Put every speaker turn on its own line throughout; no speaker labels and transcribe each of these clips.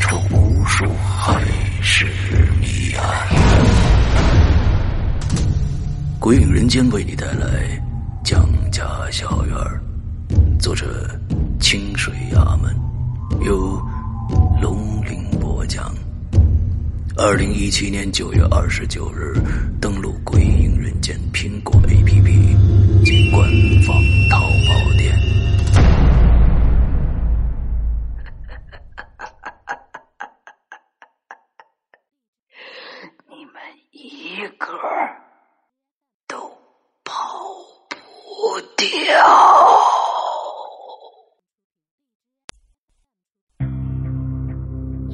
出无数海市谜案。鬼影人间为你带来《蒋家小院儿》，作者清水衙门，由龙鳞播讲。二零一七年九月二十九日登录《鬼影人间》苹果 APP 及官方淘宝店。
你们一个都跑不掉。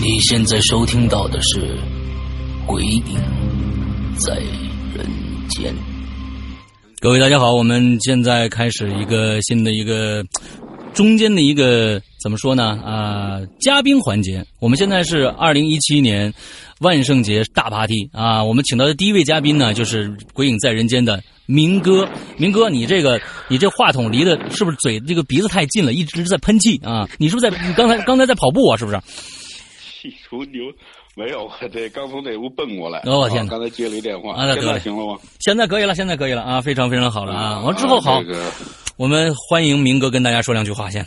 你现在收听到的是《鬼影在人间》。各位大家好，我们现在开始一个新的一个中间的一个怎么说呢？啊、嘉宾环节。我们现在是二零一七年万圣节大 party 啊，我们请到的第一位嘉宾呢，就是《鬼影在人间》的明哥。明哥，你这个你这话筒离的是不是嘴这个鼻子太近了，一直在喷气啊？你是不是在你刚才刚才在跑步啊？是不是？
剔除牛，没有， 我这刚从那屋蹦过来。
哦天哪
啊刚才接了一电话，
啊那
现
得
在
嘞
行了吗？
现在可以了，现在可以了啊，非常非常好了啊！完之后好
啊，这个
我们欢迎明哥跟大家说两句话先。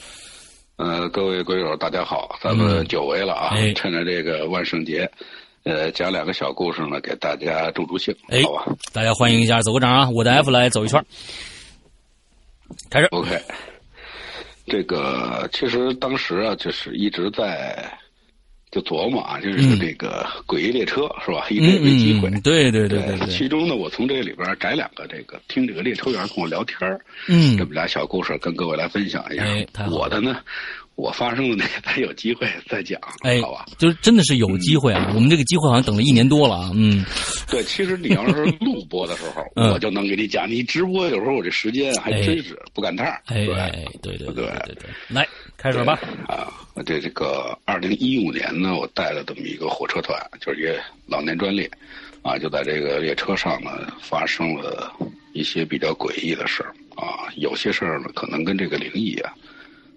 呃，各位鬼友大家好，咱们久违了啊，
哎
趁着这个万圣节，呃，讲两个小故事呢，给大家助助兴，
哎
好吧嗯
大家欢迎一下，走个场啊！我的 F 来走一圈，开始。
？OK。这个其实当时啊，就是一直在就琢磨啊，就是这个《诡异列车》是吧？一直没机会。
嗯，对对对对对，
其中呢，我从这里边儿摘两个这个听这个列车员跟我聊天儿，
嗯
这么俩小故事跟各位来分享一下。
哎太好了
我的呢，我发生的那 个，咱有机会再讲，
哎
好吧？，嗯
就是真的是有机会啊！我们这个机会好像等了一年多了啊，嗯，
对，其实你要是录播的时候，
嗯
我就能给你讲。你直播有时候我这时间还
哎
真是不赶趟儿。
哎
对，
哎，对对对
对
对对，来开始吧，
啊，我这这个二零一五年呢，我带了这么一个火车团，就是一个老年专列，啊，就在这个列车上呢发生了一些比较诡异的事儿啊，有些事儿呢可能跟这个灵异啊，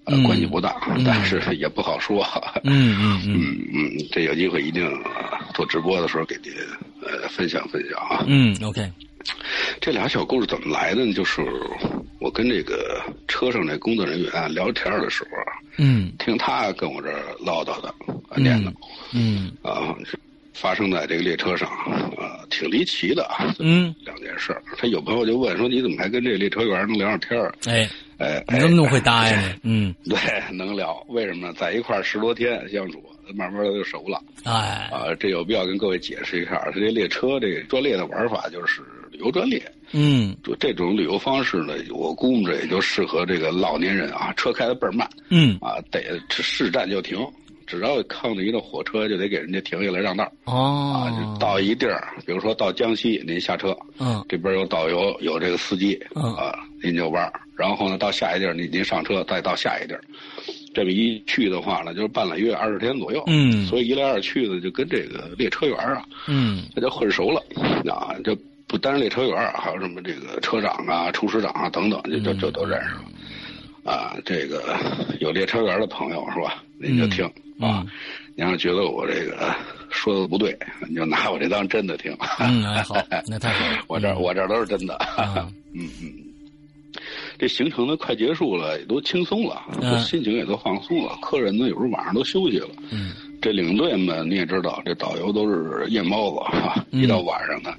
呃、
嗯
关系不大，但是也不好说。
嗯嗯嗯
嗯嗯，这有机会一定啊做直播的时候给您呃分享分享啊。
嗯，OK，
这俩小故事怎么来的呢？就是我跟这个车上这工作人员啊聊天儿的时候啊，
嗯
听他跟我这儿唠叨的啊念叨
嗯
啊，发生在这个列车上啊，挺离奇的啊。
嗯，
两件事儿，他有朋友就问说：“你怎么还跟这列车员能聊上天儿
哎，？”
哎，
你怎么那么会搭呀你？嗯，
哎？对，能聊。为什么呢？在一块儿十多天相处，慢慢的就熟了
哎，
啊。这有必要跟各位解释一下，他这列车这专列的玩法就是旅游专列，
嗯
就这种旅游方式呢，我估摸着也就适合这个老年人啊，车开的倍儿慢
嗯，
啊，得是站就停，只要看见一辆火车就得给人家停下来让道儿啊，就
哦，
到一地儿，比如说到江西，您下车，
嗯
这边有导游，有这个司机
嗯
啊，您就玩儿然后呢，到下一地儿，您您上车，再到下一地儿，这么一去的话呢，就是半拉月二十天左右，
嗯
所以一来二去的就跟这个列车员啊，
嗯
这就混熟了啊，这
嗯
不单是列车员啊，还有什么这个车长啊、厨师长啊等等，这这这都认识了。啊，这个有列车员的朋友是吧？您就听、
嗯
啊，你要是觉得我这个说的不对，你就拿我这当真的听。
嗯，哎，好，那太好了
。我这儿我这儿都是真的。
啊，
嗯嗯，这行程呢快结束了，也都轻松了，
嗯
这心情也都放松了。客人呢有时候晚上都休息了。
嗯
这领队们你也知道，这导游都是夜猫子哈，
嗯
一到晚上呢，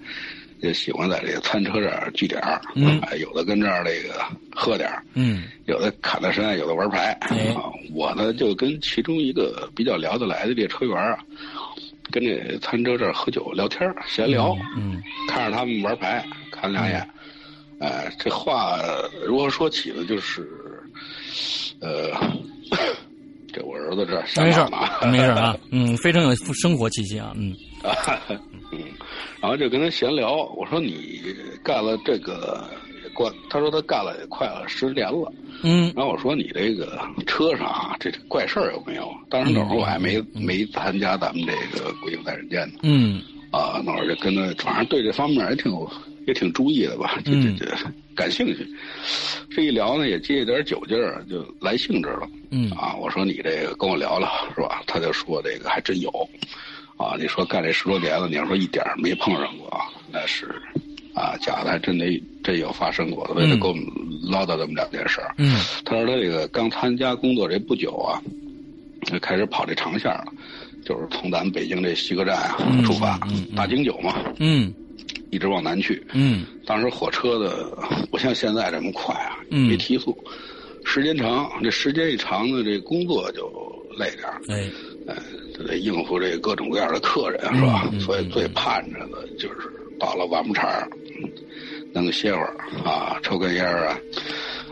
就喜欢在这个餐车这儿聚点儿，
嗯
哎，有的跟这儿这个喝点儿，
嗯
有的砍大山，有的玩牌、
哎
啊。我呢就跟其中一个比较聊得来的列车员啊，跟这餐车这儿喝酒聊天儿闲聊，
嗯
看着他们玩牌，看两眼。哎，这话如何说起呢？就是，呃， 这我儿子这儿
没事
上马
儿，没事儿啊，嗯，非常有生活气息啊，嗯
啊，嗯，然后就跟他闲聊，我说你干了这个也过，他说他干了也快了十年了，
嗯
然后我说你这个车上啊，这怪事儿有没有？当时那会儿我还没、没参加咱们这个《鬼影在人间》呢，
嗯
啊，那会儿就跟他，反正对这方面也挺有也挺注意的吧，这这
嗯
这感兴趣，这一聊呢也借点酒劲儿，就来兴致了。
嗯
啊，我说你这个跟我聊聊是吧？他就说这个还真有，啊，你说干这十多年了，你要说一点儿没碰上过啊，那是啊，假的还真得真有发生过的，为了
嗯
给我们唠叨这么两件事儿。
嗯
他说他这个刚参加工作这不久啊，就开始跑这长线了，就是从咱们北京这西客站啊
嗯
出发，
嗯嗯嗯
大京九嘛，
嗯
一直往南去。
嗯
当时火车的不像现在这么快啊，
嗯
没提速，时间长，这时间一长呢，这工作就累点儿，
哎
呃，就得应付这各种各样的客人，是吧？
嗯嗯
所以
嗯
最盼着的就是到了晚不场儿，能歇会儿啊，抽根烟儿啊，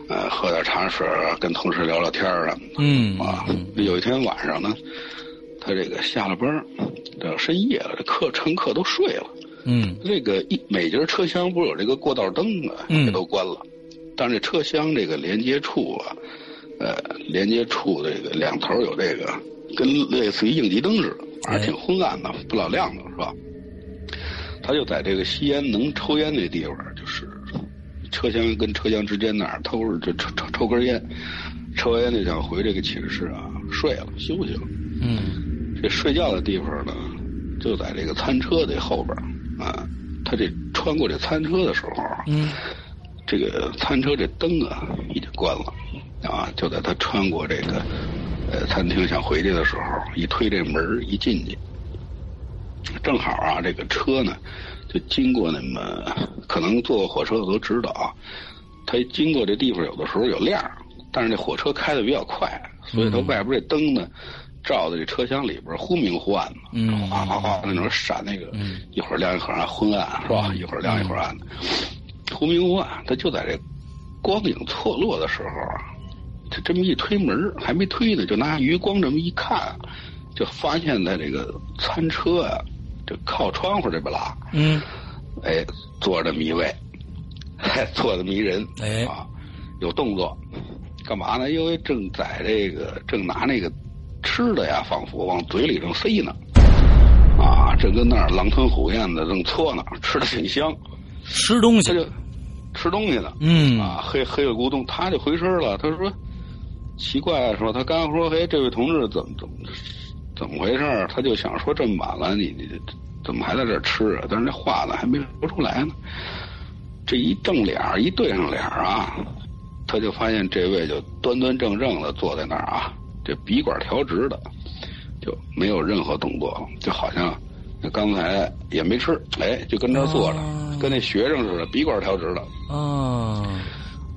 呃，喝点茶水儿啊，跟同事聊聊天儿啊，
嗯
啊，有一天晚上呢，他这个下了班儿，这深夜了，这客乘客都睡了。
嗯
这个一每节车厢不是有这个过道灯啊，
嗯
也都关了，但是这车厢这个连接处啊，呃，连接处这个两头有这个跟类似于应急灯似的，反正挺昏暗的，不老亮的是吧？他就在这个吸烟能抽烟那地方，就是车厢跟车厢之间那儿偷着就抽抽抽根烟，抽完烟就想回这个寝室啊睡了休息了。
嗯
这睡觉的地方呢，就在这个餐车的后边儿啊。他这穿过这餐车的时候，啊
嗯
这个餐车这灯啊已经关了，啊，就在他穿过这个呃餐厅想回去的时候，一推这门儿一进去，正好啊，这个车呢就经过那么，可能坐过火车的都知道啊，它经过这地方有的时候有亮儿，但是这火车开的比较快，所以它
嗯
外边这灯呢照在这车厢里边儿忽明忽暗的，
嗯
哗哗哗那种闪那个，
嗯
一会儿亮一会儿暗，昏暗啊是吧？一会儿亮一会儿暗的，忽明忽暗。它就在这光影错落的时候啊，这这么一推门儿，还没推呢，就拿余光这么一看啊，就发现在这个餐车啊，这靠窗户这边拉，
嗯
哎，坐着这么一位， 哎，坐着迷人，
哎
啊，有动作，干嘛呢？因为正在这个正拿那个吃的呀，仿佛往嘴里正塞呢，啊，正跟那儿狼吞虎咽的正搓呢，吃的挺香，
吃东西
他就吃东西呢，
嗯
啊，黑黑了咕咚，他就回身了，他说奇怪，说他刚说，哎嘿，这位同志怎么怎么怎么回事儿？他就想说这么晚了，你你怎么还在这儿吃啊？但是这话呢还没说出来呢，这一正脸儿一对上脸儿啊，他就发现这位就端端正正的坐在那儿啊，这鼻管调直的，就没有任何动作，就好像刚才也没吃，哎，就跟这儿坐着，
哦
跟那学生似的，鼻管调直的。
啊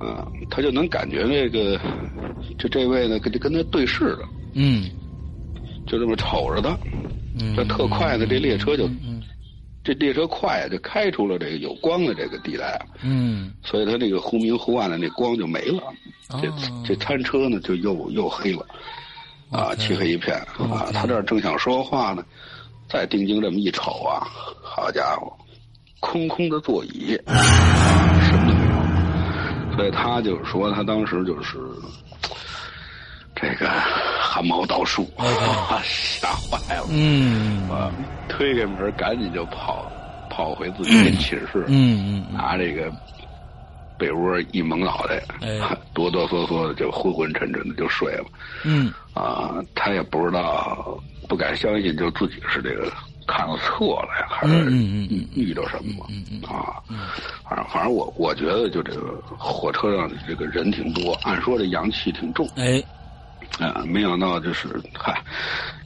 啊，他就能感觉那个，就这位呢，跟跟他对视着，
嗯
就这么瞅着他。
嗯
这特快的这列车就，
嗯
这列车快啊就开出了这个有光的这个地带，啊
嗯
所以他那个忽明忽暗的那光就没了。这
哦
这餐车呢就又又黑了，啊，
OK
漆黑一片啊
OK。
他这儿正想说话呢，再定睛这么一瞅啊，好家伙，空空的座椅，什么都没有。所以他就是说，他当时就是这个汗毛倒竖 啊
OK
吓坏了
嗯
啊！推开门，赶紧就跑跑回自己的寝室，
嗯嗯
拿这个被窝一蒙脑袋，
哎
哆哆嗦嗦的就昏昏沉沉的就睡了。
嗯
啊，他也不知道，不敢相信，就自己是这个看了错了呀，还
嗯
是
嗯嗯
遇遇到什么了
嗯嗯
啊？反正反正我我觉得就这个火车上这个人挺多，按说这阳气挺重
哎
啊，没想到就是嗨，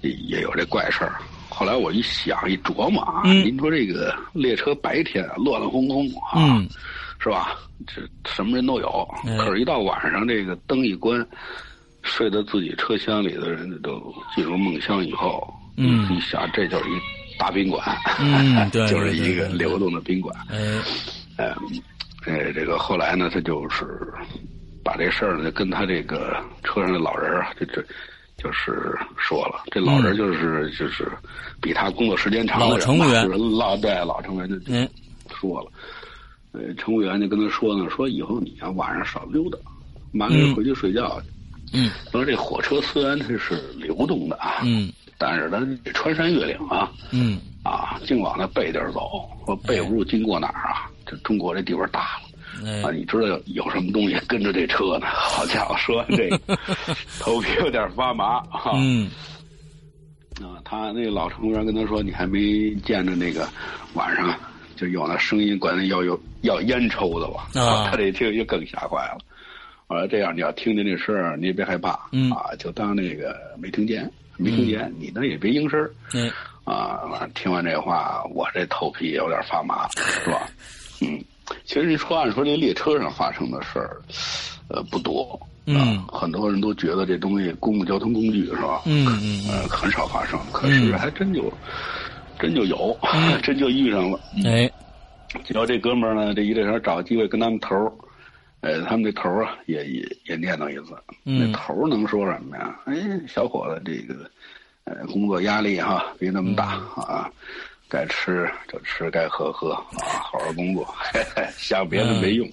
也也有这怪事儿。后来我一想一琢磨啊，
嗯
您说这个列车白天啊乱乱哄哄啊，
嗯
是吧？这什么人都有
哎，
可是，一到晚上，这个灯一关，睡在自己车厢里的人都进入梦乡以后，
嗯
一想这就是一大宾馆，
嗯对
就是一
对对
个
对
流动的宾馆。
哎
呃，呃，这个后来呢，他就是把这事儿呢，就跟他这个车上的老人啊，这这。就是说了，这老人就是、就是比他工作时间长的人
嗯老乘务
嘛
员
就是老对老乘务员就
哎
说了，呃，乘务员就跟他说呢，说以后你啊晚上少溜达，忙着回去睡觉去。
嗯
他说这火车虽然它是流动的啊，
嗯
但是它得穿山越岭啊，
嗯
啊，净往那背地儿走，说背不住经过哪儿啊，这中国这地方大了。
哎
啊，你知道有有什么东西跟着这车呢？ 好家伙，说这 个头皮有点发麻啊！
嗯
啊，他那个老乘务员跟他说：“你还没见着那个晚上就有那声音管那要有要烟抽的吧？”
啊
他这一听就更吓坏了。我说：“这样，你要听见这声儿，你也别害怕，
嗯
啊，就当那个没听见，没听见，你呢也别应声儿
哎
啊。”完了，听完这话，我这头皮也有点发麻，是吧？嗯，其实你说按说这列车上发生的事儿，呃，不多。
嗯
啊，很多人都觉得这东西公共交通工具是吧？
嗯嗯
呃，很少发生，可是
嗯
还真就，真就有， 真就遇上了。
哎
结果这哥们儿呢，这一这天找个机会跟他们头儿，呃，他们这头儿啊，也也也念叨一次。
嗯
那头儿能说什么呀？哎，小伙子，这个，呃，工作压力哈、别那么大、
嗯
啊，该吃就吃，该喝喝啊，好好工作， 想别的没用。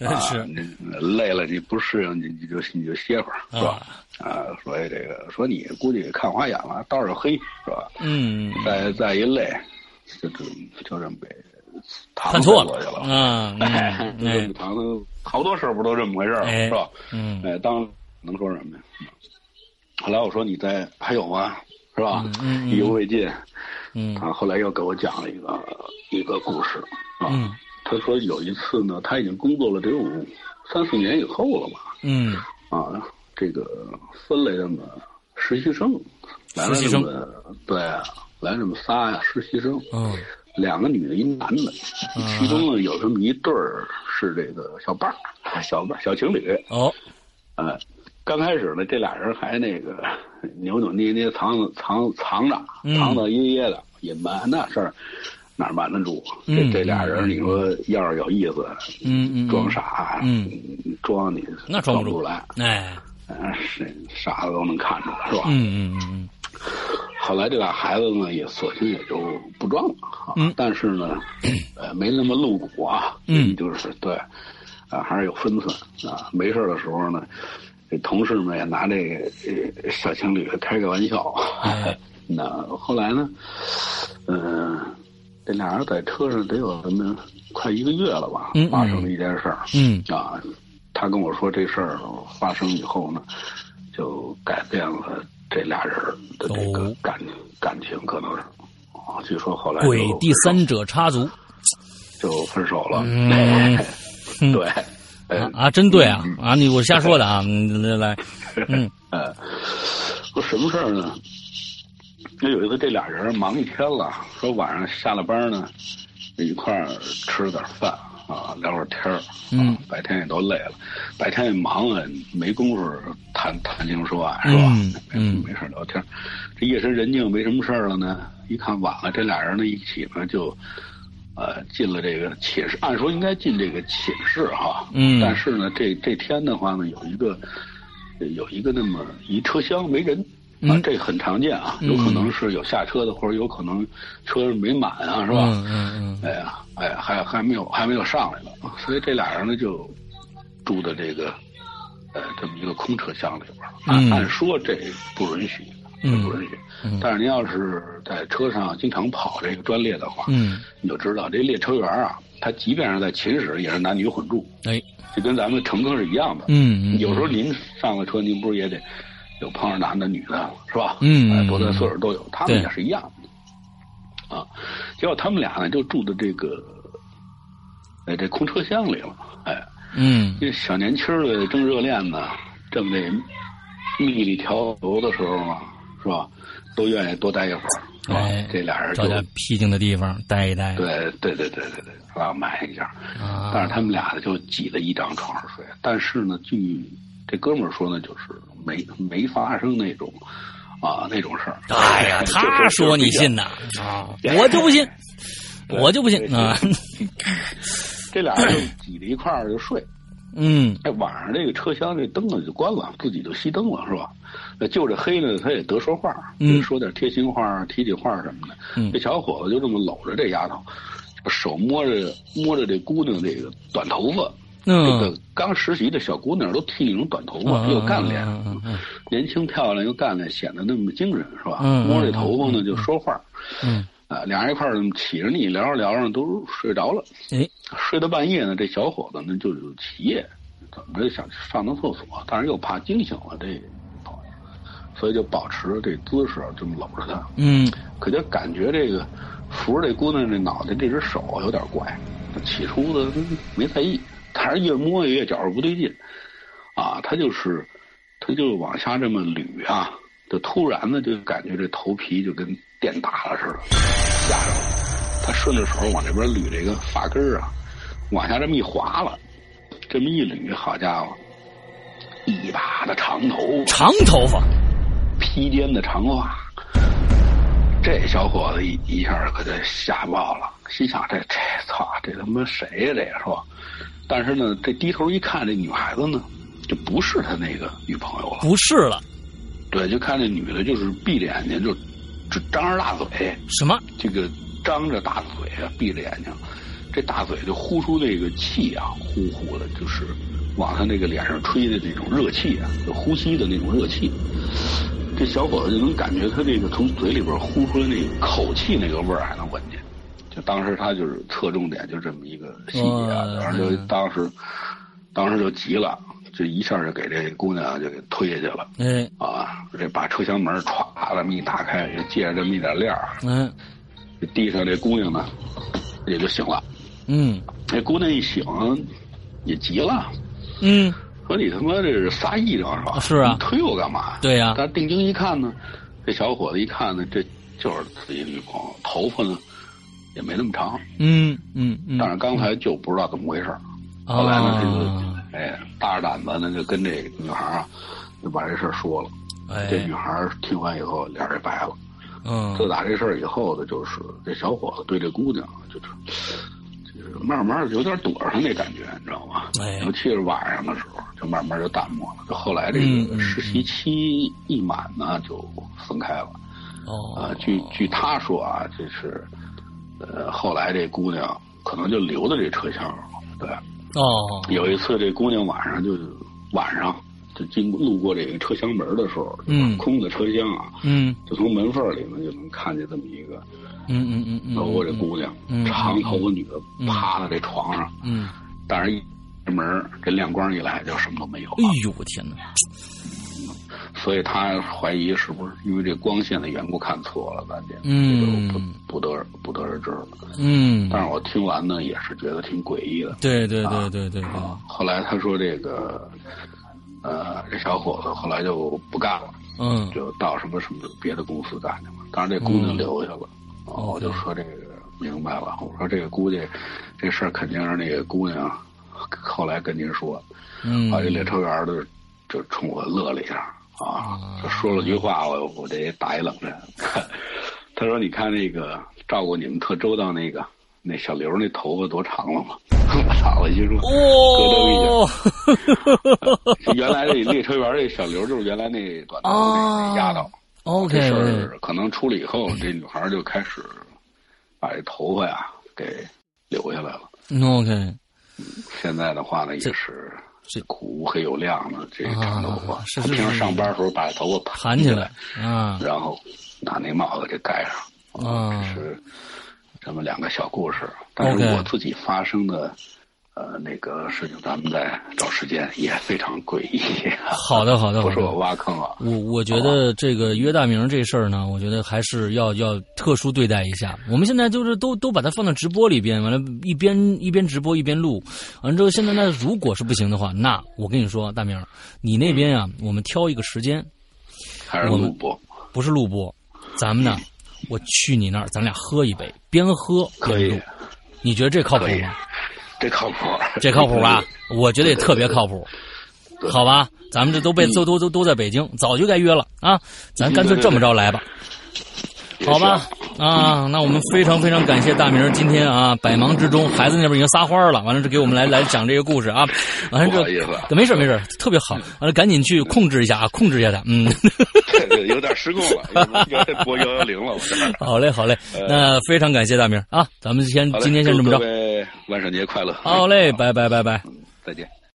嗯
啊，
是
你累了，你不适应，你你就你就歇会儿，是吧？啊，所以这个说你估计看花眼了，道儿黑是吧？
嗯
再再一累，就就就这么被
看错
了
了
去了。
啊
哎，
嗯哎
唐僧好多事儿不都这么回事儿吗，
哎
是吧？
嗯
哎，当能说什么呀？嗯后来我说你在还有啊，是吧？
嗯嗯嗯
意犹未尽。
嗯
啊，后来又给我讲了一个一个故事啊。
嗯
他说有一次呢，他已经工作了得有三四年以后了吧？
嗯
啊，这个分来这么实习生，来了
实习
这
生
么对啊，来这么仨呀实习生，
嗯
两个女的，一男的，其中呢有这么一对儿是这个小伴儿，哎小伴儿小情侣，
哦
呃，刚开始呢，这俩人还那个扭扭捏捏、藏藏藏着、
嗯
藏藏掖掖的，隐瞒那事儿哪瞒得住？啊
嗯
这这俩人，你说要是有意思，
嗯嗯
装傻，
嗯，
装你
那装不
不
住
来，
哎
呃是傻子都能看出来，是吧？
嗯嗯嗯
后来这俩孩子呢，也索性也就不装了啊。
嗯
但是呢，呃，没那么露骨啊。
嗯
就是对，啊，还是有分寸啊。没事儿的时候呢，这同事们也拿这个呃小情侣开个玩笑。
哎
那后来呢，嗯、这俩人在车上得有这么快一个月了吧，
嗯嗯
发生了一件事儿。
嗯
啊，他跟我说这事儿发生以后呢，就改变了这俩人的这个
哦
感、感情，可能是啊，据说后来
嗯，鬼
就
第三者插足
就分手了，
嗯
对，
啊
嗯
啊，真对啊啊！你我瞎说的啊，嗯来来，嗯
呃，说什么事儿呢？那有一次这俩人忙一天了，说晚上下了班呢，一块儿吃了点饭啊，聊会儿天儿。啊
嗯
白天也都累了，白天也忙啊，没工夫谈谈情说爱、是吧？
嗯嗯
没事儿聊天儿。这夜深人静没什么事儿了呢，一看晚了，这俩人呢一起呢就，呃，进了这个寝室。按说应该进这个寝室哈，
嗯
但是呢，这这天的话呢，有一个有一个那么一车厢没人。啊
嗯，
这很常见啊，
嗯
有可能是有下车的，或者有可能车没满啊，是吧？
嗯嗯
哎呀，哎呀，还还没有还没有上来呢，所以这俩人呢就住的这个呃这么一个空车厢里边儿。按、
嗯
按说这不允许，这
嗯
不允许。
嗯
但是您要是在车上经常跑这个专列的话，
嗯
你就知道这列车员啊，他即便是在秦室也是男女混住。
嗯，哎
就跟咱们乘客是一样的。
嗯嗯，
有时候您上了车，您不是也得有碰上男的、女的，是吧？
嗯
哎
嗯
多大岁数都有，他们
对
也是一样的。啊，结果他们俩呢就住的这个，哎，这空车厢里了。哎，
嗯
这小年轻儿的正热恋呢，这么得蜜里调油的时候嘛，是吧？都愿意多待一会儿，是吧？
哎
这俩人就
找点僻静的地方待一待。
对对对对对对，啊，买一下。
啊，
但是他们俩就挤在一张床上睡。但是呢，据这哥们儿说呢，就是没没发生那种啊那种事儿。
哎呀，
就是
他说你信？呐？啊，我就不信，我就不信啊。
这俩人就挤在一块儿就睡。
嗯
哎，晚上这个车厢这灯呢就关了，自己就熄灯了，是吧？那就这黑呢，他也得说话，
嗯
就说点贴心话、提起话什么的。
嗯
这小伙子就这么搂着这丫头，手摸着摸着这姑娘这个短头发。这
嗯
个刚实习的小姑娘都剃那种短头发，
嗯
又干练，
嗯嗯
年轻漂亮又干练，显得那么精神，是吧？
嗯嗯
摸着头发呢就说话，
嗯，
啊，俩人一块儿起着你聊着聊着都睡着了，
哎，
睡到半夜呢，这小伙子呢就有起夜，怎么着想去上趟厕所，但是又怕惊醒了这朋友，所以就保持这姿势这么搂着她，
嗯
可就感觉这个扶着这姑娘这脑袋这只手有点怪，起初呢没在意，但是越摸越觉着不对劲，啊，他就是他就往下这么捋啊，就突然呢就感觉这头皮就跟电打了似的，吓着了。他顺着手往这边捋这个发根儿啊，往下这么一划了，这么一捋，好家伙，一把的长头发
长头发，
披肩的长发。这小伙子一一下可就吓爆了，心想这这操这他妈谁呀、这也是吧？但是呢，这低头一看，这女孩子呢，就不是他那个女朋友了。
不是了，
对，就看这女的，就是闭着眼睛，就就张着大嘴，
什么？
这个张着大嘴啊，闭着眼睛，这大嘴就呼出那个气啊，呼呼的，就是往他那个脸上吹的那种热气啊，就呼吸的那种热气。这小伙子就能感觉他这个从嘴里边呼出来那个口气那个味儿还能闻见。就当时他就是侧重点就这么一个细节啊，
哇
然后就当时当时就急了，就一下就给这姑娘就给推下去了
哎
啊！这把车厢门歘这么一打开，就借着这么一点亮儿，
嗯
这地上这姑娘呢，也就醒了。
嗯
这姑娘一醒，也急了，
嗯，
说：“你他妈这是撒癔症是吧？
是啊
你推我干嘛？”
对啊呀，
但定睛一看呢，这小伙子一看呢，这就是自己女朋友，头发呢也没那么长，
嗯嗯嗯，
但是刚才就不知道怎么回事儿。后来呢，
啊，
这个哎大着胆子呢就跟这女孩儿啊就把这事儿说了。
哎
这，女孩儿听完以后，脸儿也白了。
嗯
自打这事儿以后呢，就是这小伙子对这姑娘啊就是，就是慢慢有点躲着她那感觉，你知道吗？
哎
尤其是晚上的时候，就慢慢就淡漠了。就后来这
嗯嗯
个实习期一满呢，就分开了。啊
哦，，
据据他说啊，就是，呃，后来这姑娘可能就留在这车厢了。对，
哦，
有一次这姑娘晚上就晚上就经路过这个车厢门的时候，
嗯
空的车厢啊，
嗯
就从门缝里呢就能看见这么一个。
嗯嗯嗯嗯，
搂过呃这姑娘，
嗯嗯
长头发女的
嗯
趴在这床上，
嗯，
但是一开门这亮光一来就什么都没有
哎
了，
呦我天哪，
所以他怀疑是不是因为这光线的缘故看错了，咱这这
嗯
就不不得而不得而知了。
嗯，
但是我听完呢也是觉得挺诡异的
对对对对对对，
啊。后来他说这个，呃，这小伙子后来就不干了，
嗯
就到什么什么别的公司干去了。当然这姑娘留下了，啊，
嗯
我就说这个明白了。我说这个估计这事儿肯定是那个姑娘后来跟您说，
嗯，
啊，这列车员儿就就冲我乐了一下啊，
嗯
就说了句话，我我这打一冷震。 他说：“你看那个照顾你们特周到那个那小刘那头发多长 了吗？”我操！我心说，
哦，
就原来这列车员儿这小刘就是原来那短头发那丫头。
哦，OK，
这事儿可能出了以后，这女孩就开始把这头发呀给留下来了。
OK，
现在的话呢，也是
这
苦无黑有亮的这长头发
啊。是
她
是
平常
是
上班的时候把这头发
盘起来，啊
然后拿那帽子给盖上。
啊
这是这么两个小故事，但是
OK
我自己发生的呃，那个事情咱们再找时间，也非常诡异。
好的，好的，好的
不是我挖坑啊。
我我觉得这个约大明这事儿呢，我觉得还是要要特殊对待一下。我们现在就是都都把它放到直播里边，完了，一边一边直播一边录。完了之后，现在呢，如果是不行的话，那我跟你说，大明，你那边啊，我们挑一个时间，
还是录播，
不是录播，咱们呢，我去你那儿，咱俩喝一杯，边喝
可
边
以
录。，你觉得这靠谱
可以
吗？，
这靠谱，
这靠谱吧？我觉得也特别靠谱，
对
好吧？咱们这都被
嗯
都都都都在北京，早就该约了啊！咱干脆这么着来吧，
也行？
好吧？啊，那我们非常非常感谢大明儿今天啊，百忙之中，孩子那边已经撒欢儿了，完了就给我们来来讲这个故事啊，完了
不好意
这
思啊，
没事没事，特别好，完了赶紧去控制一下啊，控制一下他，嗯。
有点失控了，有点拨幺幺零了，我这。
好嘞，好嘞，那非常感谢大明儿啊，咱们先
呃好嘞
今天先这么
祝各
着，
位万圣节快乐！啊
好嘞，拜拜拜拜。
再见。